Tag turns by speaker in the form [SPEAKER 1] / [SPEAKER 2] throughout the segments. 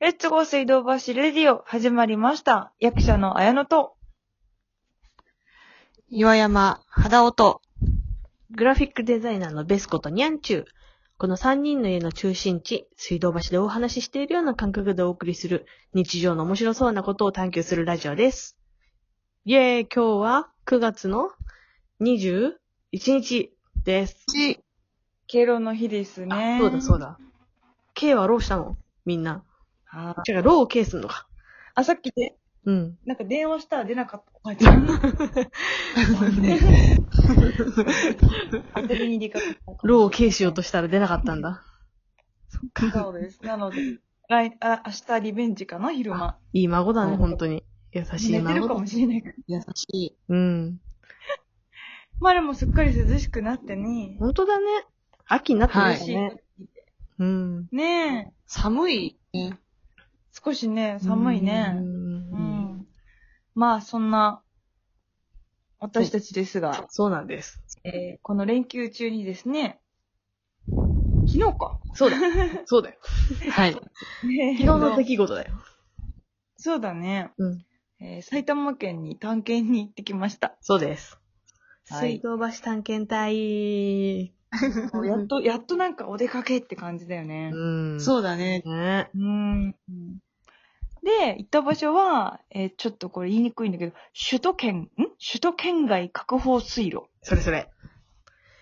[SPEAKER 1] レッツゴー水道橋レディオ始まりました。役者の綾乃と、
[SPEAKER 2] 岩山、肌音。
[SPEAKER 3] グラフィックデザイナーのベスコとニャンチュー。この3人の家の中心地、水道橋でお話ししているような感覚でお送りする、日常の面白そうなことを探求するラジオです。イェーイ今日は9月の21日です。
[SPEAKER 2] ち、
[SPEAKER 1] 敬老の日ですね。
[SPEAKER 3] そうだそう
[SPEAKER 1] だ。
[SPEAKER 3] だ。K はローしたのみんな。
[SPEAKER 1] あー
[SPEAKER 3] 違う、ローを K すんのか。
[SPEAKER 1] あ、さっきで、
[SPEAKER 3] うん。
[SPEAKER 1] なんか電話したら出なか った。あ、ちゃん当てに入りかかった。
[SPEAKER 3] ローを K しようとしたら出なかったんだ。
[SPEAKER 1] そうです。なので、来、あ、明日リベンジかな、昼間。
[SPEAKER 3] いい孫だ
[SPEAKER 2] う
[SPEAKER 3] ね、
[SPEAKER 2] ん
[SPEAKER 3] 本当に。優しい
[SPEAKER 1] 寝てる
[SPEAKER 3] 孫
[SPEAKER 1] か
[SPEAKER 3] だ。
[SPEAKER 1] もしれないけど。
[SPEAKER 2] 優しい。
[SPEAKER 3] うん。
[SPEAKER 1] まあでもすっかり涼しくなってね。
[SPEAKER 3] 本当だね。秋になってま
[SPEAKER 2] はい
[SPEAKER 3] した
[SPEAKER 1] 嬉しい
[SPEAKER 3] ね。うん。
[SPEAKER 1] ねえ。
[SPEAKER 2] 寒い、ね。
[SPEAKER 1] 少しね、寒いね。
[SPEAKER 3] う。
[SPEAKER 1] うんん。まあ、そんな、私たちですが、
[SPEAKER 3] そうなんです。
[SPEAKER 1] えーこの連休中にですね、昨日か。
[SPEAKER 3] そうだ。そうだよ。
[SPEAKER 2] はい。
[SPEAKER 1] 昨
[SPEAKER 3] 昨日 の出来事だよ。
[SPEAKER 1] そうだね、
[SPEAKER 3] うん。
[SPEAKER 1] えー埼玉県に探検に行ってきました。
[SPEAKER 3] そうです。
[SPEAKER 1] はい
[SPEAKER 3] 水道橋探検隊。
[SPEAKER 1] やっと、やっとなんかお出かけって感じだよね。
[SPEAKER 3] うんそ
[SPEAKER 2] そうだね。
[SPEAKER 3] うね。
[SPEAKER 1] うーん。で、行った場所は、えーちょっとこれ言いにくいんだけど、首都圏、ん首都圏外確保水路。
[SPEAKER 3] それそれ。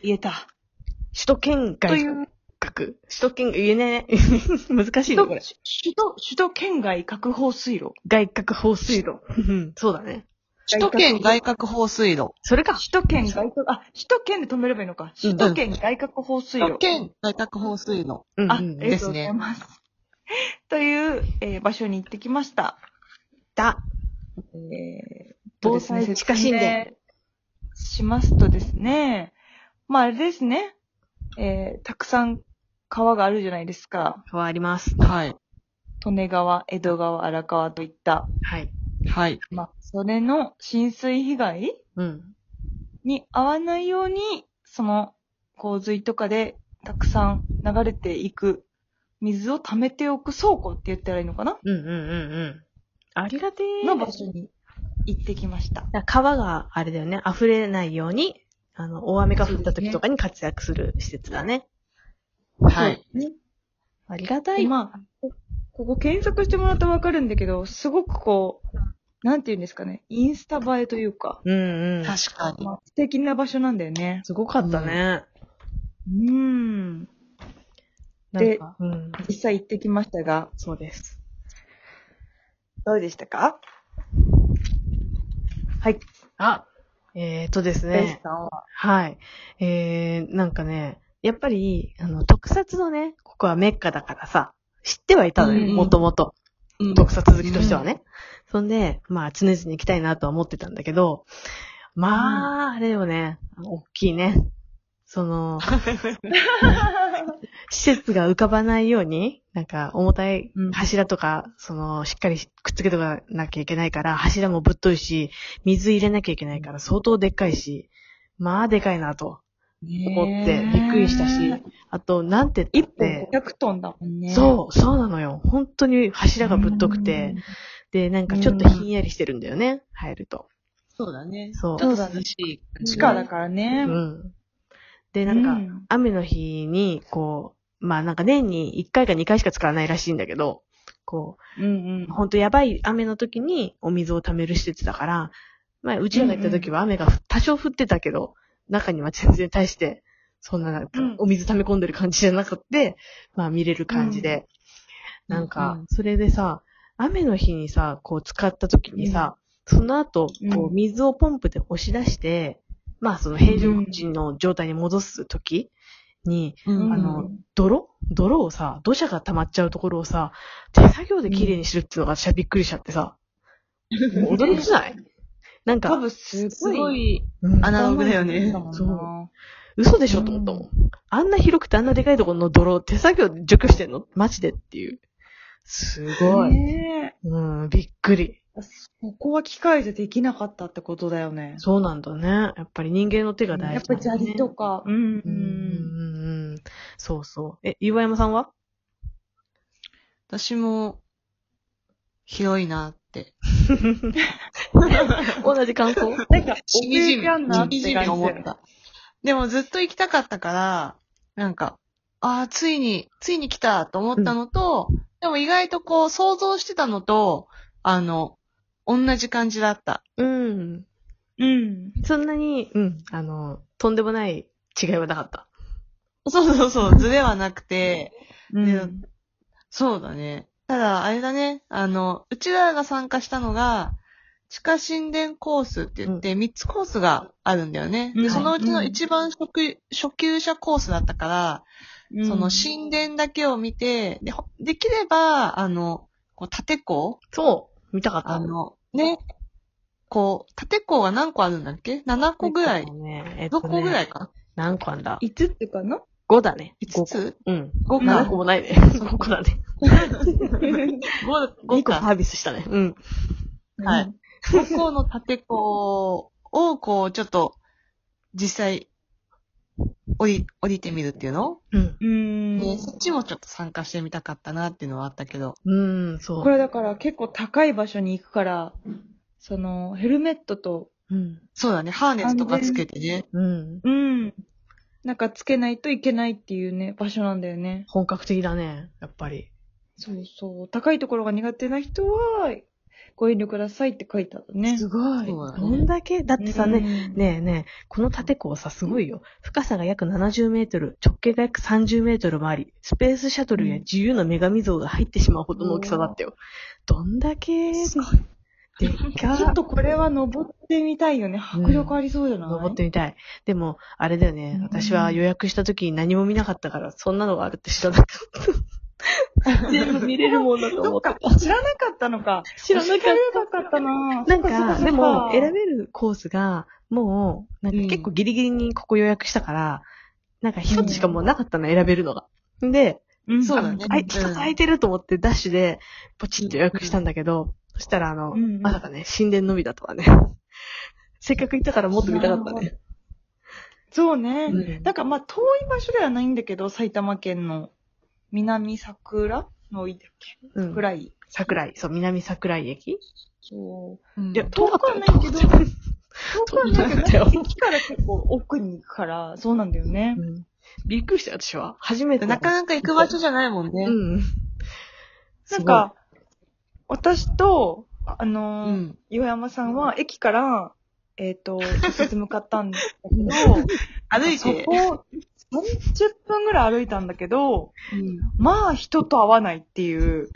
[SPEAKER 1] 言えた。
[SPEAKER 3] 首都圏
[SPEAKER 1] と
[SPEAKER 3] 外
[SPEAKER 1] いう、
[SPEAKER 3] 角。首都圏、言えね えね。難し
[SPEAKER 1] 首
[SPEAKER 3] いね、
[SPEAKER 1] 都
[SPEAKER 3] これ。
[SPEAKER 1] 首都、首都圏外確保水路。
[SPEAKER 3] 外角放水路。うんそうだね。
[SPEAKER 2] 首都圏外郭放水路。
[SPEAKER 3] それか。
[SPEAKER 1] 首都圏外郭、あ、首都圏で止めればいいのか。首都圏外郭放水路
[SPEAKER 2] 首都。圏外郭放水路。
[SPEAKER 3] うん
[SPEAKER 1] あ、あ
[SPEAKER 3] う
[SPEAKER 1] り
[SPEAKER 3] ん
[SPEAKER 1] がとうございます。 という、えー場所に行ってきました。
[SPEAKER 3] だ。
[SPEAKER 1] えー、
[SPEAKER 3] 防災地下神殿。
[SPEAKER 1] しますとですね、まああれですね、えー、たくさん川があるじゃないですか。
[SPEAKER 3] 変わります。
[SPEAKER 2] はい。
[SPEAKER 1] 利根川、江戸川、荒川といった。
[SPEAKER 3] はい。
[SPEAKER 2] はい。
[SPEAKER 1] まあ、それの浸水被害
[SPEAKER 3] うん。
[SPEAKER 1] に合わないように、その洪水とかでたくさん流れていく水を溜めておく倉庫って言ったらいいのかな
[SPEAKER 3] うんうんうんうん。ありがてー。
[SPEAKER 1] の場所に行ってきました。
[SPEAKER 3] だから川があれだよね、溢れないように、あの、大雨が降った時とかに活躍する施設だね。
[SPEAKER 2] はい。
[SPEAKER 1] ね。
[SPEAKER 3] ありがた
[SPEAKER 1] でまあ、こここ検索してもらったらわかるんだけど、すごくこう、なんて言うんですかね、インスタ映えというか、
[SPEAKER 3] うんうん。
[SPEAKER 2] 確かに。
[SPEAKER 1] まあ、素敵な場所なんだよね。
[SPEAKER 3] すごかったね。
[SPEAKER 1] うん。
[SPEAKER 3] なんか、うん。
[SPEAKER 1] 実際行ってきましたが、
[SPEAKER 3] そうです。
[SPEAKER 1] どうでしたか
[SPEAKER 3] あ、えー、とです
[SPEAKER 1] ベス
[SPEAKER 3] ね。
[SPEAKER 1] さんは。
[SPEAKER 3] はい。えー、なんかね、やっぱり、あの、特撮のね、ここはメッカだからさ、知ってはいたの
[SPEAKER 2] うんう
[SPEAKER 3] よ、
[SPEAKER 2] ん
[SPEAKER 3] もともと。
[SPEAKER 2] うん
[SPEAKER 3] 特撮好きとしてはね。そんで、まあ、常々行きたいなとは思ってたんだけど、まあ、あれよね、大きいね。その、施設が浮かばないように、なんか重たい
[SPEAKER 1] うん
[SPEAKER 3] 柱とか、その、しっかりくっつけとかなきゃいけないから、柱もぶっといし、水入れなきゃいけないから相当でっかいし、まあでかいなと 思って
[SPEAKER 1] ねえ
[SPEAKER 3] びっくりしたし、あと、なんて言っ
[SPEAKER 1] 1
[SPEAKER 3] て、
[SPEAKER 1] 本500トンだもんね。
[SPEAKER 3] そう、そうなのよ。本当に柱がぶっとくて、で、なんかちょっとひんやりしてるんだよね、入ると。
[SPEAKER 2] そうだね。
[SPEAKER 3] そう
[SPEAKER 2] ちょっと涼しい感
[SPEAKER 1] うん。
[SPEAKER 2] じ
[SPEAKER 1] 地
[SPEAKER 2] が。
[SPEAKER 1] 下だからね。
[SPEAKER 3] うん。で、なんか、
[SPEAKER 1] うん
[SPEAKER 3] 雨の日に、こう、まあなんか年に1回か2回しか使わないらしいんだけど、こ
[SPEAKER 1] うん
[SPEAKER 3] う、ほんとやばい雨の時にお水を貯める施設だから、まあうちらが行った時は雨がふ多少降ってたけど、中には全然対して、そんななんか
[SPEAKER 1] うん
[SPEAKER 3] お水溜め込んでる感じじゃなくて、まあ見れる感じで、
[SPEAKER 2] うん
[SPEAKER 3] なん
[SPEAKER 2] う
[SPEAKER 3] か
[SPEAKER 2] ん、
[SPEAKER 3] それでさ、雨の日にさ、こう使った時にさ、その後、こ
[SPEAKER 1] う
[SPEAKER 3] う水をポンプで押し出して、まあその平常時の状態に戻す時に、
[SPEAKER 2] うん
[SPEAKER 1] うん。
[SPEAKER 3] あの、泥泥をさ、土砂が溜まっちゃうところをさ、手作業で綺麗にしてるっていうのが私はびっくりしちゃってさ、もう驚きないなん
[SPEAKER 1] 多
[SPEAKER 3] か、
[SPEAKER 1] 分す
[SPEAKER 2] すご
[SPEAKER 1] ごい。
[SPEAKER 2] い、
[SPEAKER 3] うん
[SPEAKER 2] アナログだよね
[SPEAKER 1] 頭。の中
[SPEAKER 3] そ
[SPEAKER 1] だもん
[SPEAKER 3] う
[SPEAKER 1] な
[SPEAKER 3] 嘘でしょと思ったもん。あんな広くてあんなでかいところの泥を手作業で除去してんのマジでっていう。すごい。
[SPEAKER 1] ね
[SPEAKER 3] うん、びっくり。
[SPEAKER 1] えここは機械じゃできなかったってことだよね。
[SPEAKER 3] そうなんだね。やっぱり人間の手が
[SPEAKER 1] や
[SPEAKER 3] 大
[SPEAKER 1] っぱ
[SPEAKER 3] 事なんだね、
[SPEAKER 1] 砂利とか。うん
[SPEAKER 3] うんうんうん。そうそう。え、岩山さんは
[SPEAKER 2] 私も、広いなって。
[SPEAKER 3] 同じ感想
[SPEAKER 1] なんか、
[SPEAKER 2] し
[SPEAKER 1] 奥
[SPEAKER 2] みじ
[SPEAKER 1] 行
[SPEAKER 2] み、
[SPEAKER 1] きあんなっ
[SPEAKER 2] しみじ
[SPEAKER 1] て
[SPEAKER 2] み
[SPEAKER 1] 感じ。
[SPEAKER 2] 思った。でもずっと行きたかったから、なんか、ああ、ついに、ついに来たと思ったのと、でも意外とこう、想像してたのと、あの、同じ感じだった。
[SPEAKER 3] うん。
[SPEAKER 1] うん。
[SPEAKER 3] そんなに、うん、あの、とんでもない違いはなかった。
[SPEAKER 2] そうそうそう、ズレはなくて、
[SPEAKER 1] う
[SPEAKER 2] ねそうだね。ただ、あれだね、あの、うちらが参加したのが、地下神殿コースって言って、3つコースがあるんだよね。
[SPEAKER 1] う
[SPEAKER 2] で
[SPEAKER 1] ん
[SPEAKER 2] そのうちの
[SPEAKER 1] はい
[SPEAKER 2] 一番初級初級者コースだったから、
[SPEAKER 1] うん
[SPEAKER 2] その神殿だけを見て、で、ほできれば、あの、こう、縦校
[SPEAKER 3] そう、見たかった。
[SPEAKER 2] あの、ね、こう、縦校が何個あるんだっけ ?7 個ぐらい。
[SPEAKER 3] ね、えっと
[SPEAKER 2] 6
[SPEAKER 3] ね
[SPEAKER 2] 個ぐらいかな
[SPEAKER 3] 何個あんだ
[SPEAKER 1] 5つかな
[SPEAKER 3] ?5 だね。
[SPEAKER 2] ?5 つ
[SPEAKER 3] うん。
[SPEAKER 2] ?5
[SPEAKER 1] な
[SPEAKER 3] 7
[SPEAKER 2] か
[SPEAKER 3] 個。もない ね。5個だね。
[SPEAKER 2] 5,
[SPEAKER 3] 5個
[SPEAKER 2] か。
[SPEAKER 3] サービスしたね。うん。
[SPEAKER 2] はい5個の縦校を、こう、ちょっと、実際、降り、降りてみるっていうの、
[SPEAKER 3] うん。
[SPEAKER 1] うん。
[SPEAKER 2] で、そっちもちょっと参加してみたかったなっていうのはあったけど。
[SPEAKER 3] うん、そう。
[SPEAKER 1] これだから結構高い場所に行くから、その、ヘルメットと、
[SPEAKER 3] うん。
[SPEAKER 2] そうだね、ハーネスとかつけてね。
[SPEAKER 3] うん。
[SPEAKER 1] うん。なんかつけないといけないっていうね、場所なんだよね。
[SPEAKER 3] 本格的だね。やっぱり。
[SPEAKER 1] そうそう。高いところが苦手な人は、ご遠慮くださいって書いてあるね。
[SPEAKER 3] すごい。
[SPEAKER 2] そうだね
[SPEAKER 3] どんだけだってさね、
[SPEAKER 1] ね
[SPEAKER 3] ねえねえ、この縦構さ、すごいよ。深さが約70メートル、直径が約30メートルもあり、スペースシャトルや自由の女神像が入ってしまうほどの大きさだったよ。どんだけ、でっ
[SPEAKER 2] すごい
[SPEAKER 3] か
[SPEAKER 1] ちょっとこれは登ってみたいよね。迫力ありそうじゃない、
[SPEAKER 3] 登ってみたい。でも、あれだよね
[SPEAKER 1] う。ん
[SPEAKER 3] 私は予約した時に何も見なかったから、そんなのがあるって知らなかった。全 部見れるもんだと思
[SPEAKER 1] そ
[SPEAKER 3] っ
[SPEAKER 1] ってか
[SPEAKER 3] た。、
[SPEAKER 1] 知らなかったのか。
[SPEAKER 3] 知らなかった
[SPEAKER 1] 教えればよかったな
[SPEAKER 3] なんか、でも、選
[SPEAKER 1] べ
[SPEAKER 3] べるコースが、もう、なんか
[SPEAKER 2] うん
[SPEAKER 3] 結構ギリギリにここ予約したから、なんか一つしかもうなかったの、選べるのが。で、
[SPEAKER 1] うん、
[SPEAKER 2] そう
[SPEAKER 1] そ
[SPEAKER 2] だ
[SPEAKER 1] う
[SPEAKER 2] ね
[SPEAKER 3] あ、一つ空いてると思ってダッシュで、ポチッと予約したんだけど、そしたらあの、
[SPEAKER 1] うんうん
[SPEAKER 3] まさかね、神殿のみだとはね。 せっかく行ったからもっと見たかったね。
[SPEAKER 1] そうね。
[SPEAKER 3] うん
[SPEAKER 1] なんかまあ遠い場所ではないんだけど、埼玉県の南桜のいだっけ
[SPEAKER 3] うん
[SPEAKER 1] ぐらい。
[SPEAKER 3] 桜井、そう、南桜井駅
[SPEAKER 1] そう。
[SPEAKER 2] うん
[SPEAKER 3] いや、
[SPEAKER 1] 遠くはないけど
[SPEAKER 3] 遠かったよ
[SPEAKER 1] 遠くはないけど、
[SPEAKER 3] 遠かったよ
[SPEAKER 1] なんか駅から結構奥に行くから、そうなんだよね。
[SPEAKER 3] うんびっくりしたよ、私は。初めて。
[SPEAKER 2] なかなか行く場所じゃないもんね。
[SPEAKER 3] うん。
[SPEAKER 1] な
[SPEAKER 3] す
[SPEAKER 1] ん
[SPEAKER 3] ごい、
[SPEAKER 1] か、私と、あのー
[SPEAKER 2] うん
[SPEAKER 1] 岩山さんは駅から、えっ、と、直接向かったんだけど、
[SPEAKER 2] 歩い
[SPEAKER 1] そ
[SPEAKER 2] て。
[SPEAKER 1] こ、30分ぐらい歩いたんだけど、
[SPEAKER 2] うん
[SPEAKER 1] まあ人と会わないっていう。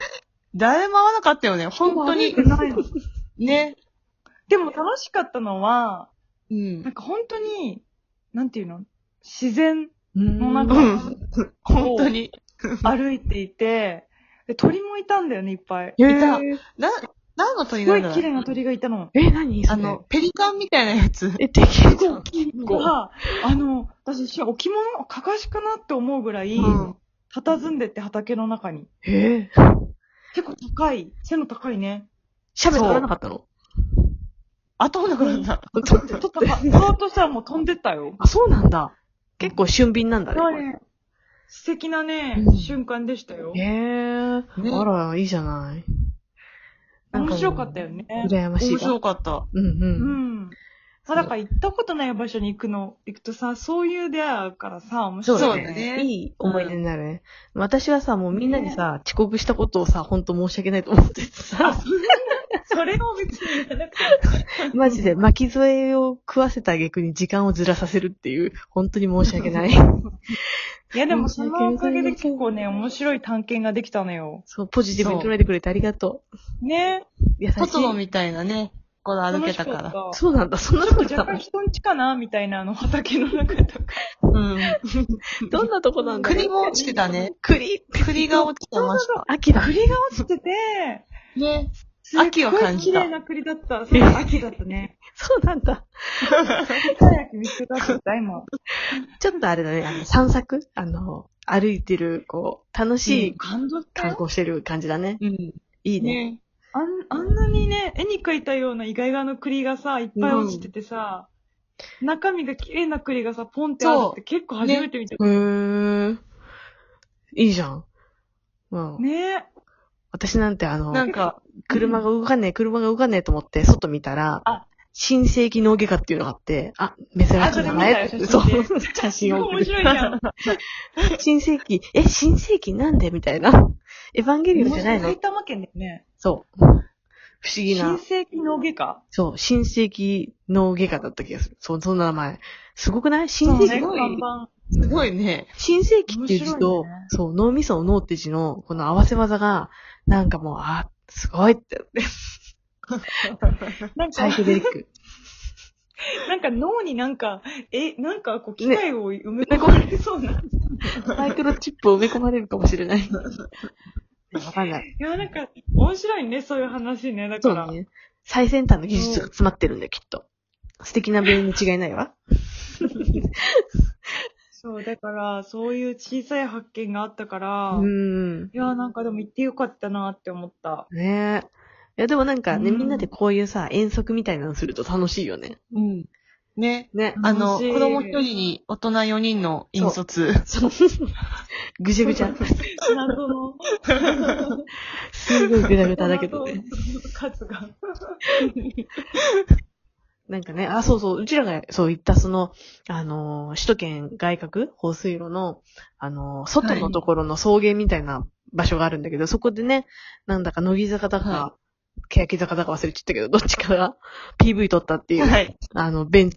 [SPEAKER 2] 誰も会わなかったよね、本当に。ね。
[SPEAKER 1] でも楽しかったのは、
[SPEAKER 2] う
[SPEAKER 1] なん
[SPEAKER 2] ん。
[SPEAKER 1] か本当に、なんていうの自然
[SPEAKER 3] うん
[SPEAKER 1] の中
[SPEAKER 2] うん
[SPEAKER 1] を
[SPEAKER 2] 本当に。
[SPEAKER 1] 歩いていて、で鳥もいたんだよね、いっぱい。
[SPEAKER 3] へー
[SPEAKER 1] いた。
[SPEAKER 2] な、何の鳥
[SPEAKER 1] すご
[SPEAKER 2] なん
[SPEAKER 1] い
[SPEAKER 2] だろう
[SPEAKER 1] 綺麗な鳥がいたの。
[SPEAKER 3] え、何そ
[SPEAKER 2] あ
[SPEAKER 3] れ
[SPEAKER 2] の、、ペリカンみたいなやつ。
[SPEAKER 3] え、できるじゃん。
[SPEAKER 1] が、あの、私一瞬置物、かかしかなって思うぐらい、
[SPEAKER 2] うん
[SPEAKER 1] 佇んでって畑の中に。
[SPEAKER 3] ええ
[SPEAKER 1] 結構高い、背の高いね。
[SPEAKER 3] シャベ取らなかったの
[SPEAKER 2] 後なくなった。
[SPEAKER 3] 取って、取
[SPEAKER 1] なんか、 パーとしたらもう飛んでったよ。
[SPEAKER 3] あ、そうなんだ。結構俊敏なんだねこれ。
[SPEAKER 1] 素敵なね、
[SPEAKER 3] うん
[SPEAKER 1] 瞬間でしたよ。
[SPEAKER 3] へえ、
[SPEAKER 2] ね
[SPEAKER 3] あら、いいじゃない。なん
[SPEAKER 1] 面白かった
[SPEAKER 3] よ。
[SPEAKER 1] よね。
[SPEAKER 3] 羨ましい
[SPEAKER 2] 面
[SPEAKER 3] わ。
[SPEAKER 2] 白かった。
[SPEAKER 3] うんう。
[SPEAKER 1] うんん。まあだから行ったことない場所に行くの、行くとさ、そういう出会いあるからさ、面白い。
[SPEAKER 2] そうだね
[SPEAKER 3] いい思い出になるね。私はさ、もうみんなにさ、遅刻したことをさ、ほんと申し訳ないと思っててさ、
[SPEAKER 1] それも別に言わなくて。
[SPEAKER 3] マジで巻き添えを食わせた逆に時間をずらさせるっていう、本当に申し訳ない。
[SPEAKER 1] いやでもそのおかげで結構ね、面白い探検ができたのよ。
[SPEAKER 3] そう、ポジティブに捉えてくれてありがと
[SPEAKER 1] ね。
[SPEAKER 3] う。優しい。
[SPEAKER 2] トトロみたいなね、これ歩けたから。
[SPEAKER 1] 楽し
[SPEAKER 3] そうなんだ、そんな
[SPEAKER 1] か
[SPEAKER 3] とこ
[SPEAKER 1] ったちょっと
[SPEAKER 3] だ
[SPEAKER 1] 若干人んちかなみたいなあの畑の中とか。
[SPEAKER 2] うん。
[SPEAKER 3] どんなとこなんだろう
[SPEAKER 2] 栗も落ちてたね。
[SPEAKER 3] 栗。
[SPEAKER 2] 栗が落ちてました。
[SPEAKER 3] 秋だ。
[SPEAKER 1] 栗が落ちてて、
[SPEAKER 2] ね。
[SPEAKER 1] すっごい
[SPEAKER 2] 秋を感じた
[SPEAKER 1] 綺麗な栗だった。そう、秋だった ね。
[SPEAKER 3] そうなんだ。
[SPEAKER 1] 早く見つけたかった、今。
[SPEAKER 3] ちょっとあれだね、あの、散策あの、歩いてる、こう、楽しい
[SPEAKER 2] 感動した
[SPEAKER 3] 観
[SPEAKER 2] よ。
[SPEAKER 3] 光してる感じだね。
[SPEAKER 2] うん。
[SPEAKER 3] いいね。
[SPEAKER 2] ね。
[SPEAKER 1] あん、あんなにね、絵に描いたような意外側の栗がさ、いっぱい落ちててさ、中身が綺麗な栗がさ、ポンってあるって結構初めて見た。
[SPEAKER 3] へー。いいじゃん。うん。
[SPEAKER 1] ね
[SPEAKER 3] 私なんてあの、
[SPEAKER 2] なんか、
[SPEAKER 3] 車が動かねえ、車が動かねえと思って、外見たら
[SPEAKER 1] あ、
[SPEAKER 3] 新世紀脳外科っていうのがあって、あ、珍しい
[SPEAKER 1] あそれ
[SPEAKER 3] 名
[SPEAKER 1] 見たよ写
[SPEAKER 3] 前
[SPEAKER 1] 真で
[SPEAKER 3] そう、 写真を送
[SPEAKER 1] 面白いじ ゃん。
[SPEAKER 3] る。新世紀、え、新世紀なんでみたいな。 エヴァンゲリオンじゃないの
[SPEAKER 1] 埼玉県だよね。
[SPEAKER 3] そう。不思議
[SPEAKER 1] 新
[SPEAKER 3] な。
[SPEAKER 1] 世紀脳外科
[SPEAKER 3] そう、新世紀脳外科だった気がする。そう、そんな名前。すごくない新世
[SPEAKER 2] す
[SPEAKER 3] 紀
[SPEAKER 2] ごい
[SPEAKER 1] 看板
[SPEAKER 2] すごいね。
[SPEAKER 3] 新世紀っていう字と、
[SPEAKER 1] 面白いね
[SPEAKER 3] そう、脳みその脳って字の、この合わせ技が、なんかもう、あ、すごいって、
[SPEAKER 1] なん
[SPEAKER 3] サ
[SPEAKER 1] か
[SPEAKER 3] イ、ケデリッ ク。
[SPEAKER 1] なんか脳になんか、え、なんかこう、機械を埋め込まれそうな。
[SPEAKER 3] マイクロチップを埋め込まれるかもしれない。 わかんない。
[SPEAKER 1] いや、なんか、面白いね、そういう話ね。だ
[SPEAKER 3] そ
[SPEAKER 1] から。
[SPEAKER 3] うね。最先端の技術が詰まってるんだよ、きっと。素敵な病院に違いないわ。
[SPEAKER 1] そう、だから、そういう小さい発見があったから、
[SPEAKER 3] う
[SPEAKER 1] い
[SPEAKER 3] ん。
[SPEAKER 1] や、なんかでも行ってよかったなって思った。
[SPEAKER 3] ねえ。いや、でもなんかね、
[SPEAKER 1] うん
[SPEAKER 3] みんなでこういうさ、遠足みたいなのすると楽しいよね。
[SPEAKER 2] うん。ね。
[SPEAKER 3] ね。
[SPEAKER 2] あの、
[SPEAKER 1] 楽しい
[SPEAKER 2] 子供一人に大人4人の引率。
[SPEAKER 3] そう。ぐちゃぐちゃ。
[SPEAKER 1] 謎の、
[SPEAKER 3] すごいぐだぐだだけ どね。
[SPEAKER 1] 数が。
[SPEAKER 3] なんかね、あ、そうそう、うちらがそう言ったその、あのー首都圏外郭、放水路の、あのー外のところの草原みたいな場所があるんだけど、そこでね、なんだか乃木坂だか、
[SPEAKER 2] は
[SPEAKER 3] 欅坂だか忘れちゃったけど、どっちかが PV 撮ったっていう、
[SPEAKER 2] い。
[SPEAKER 3] あの、ベン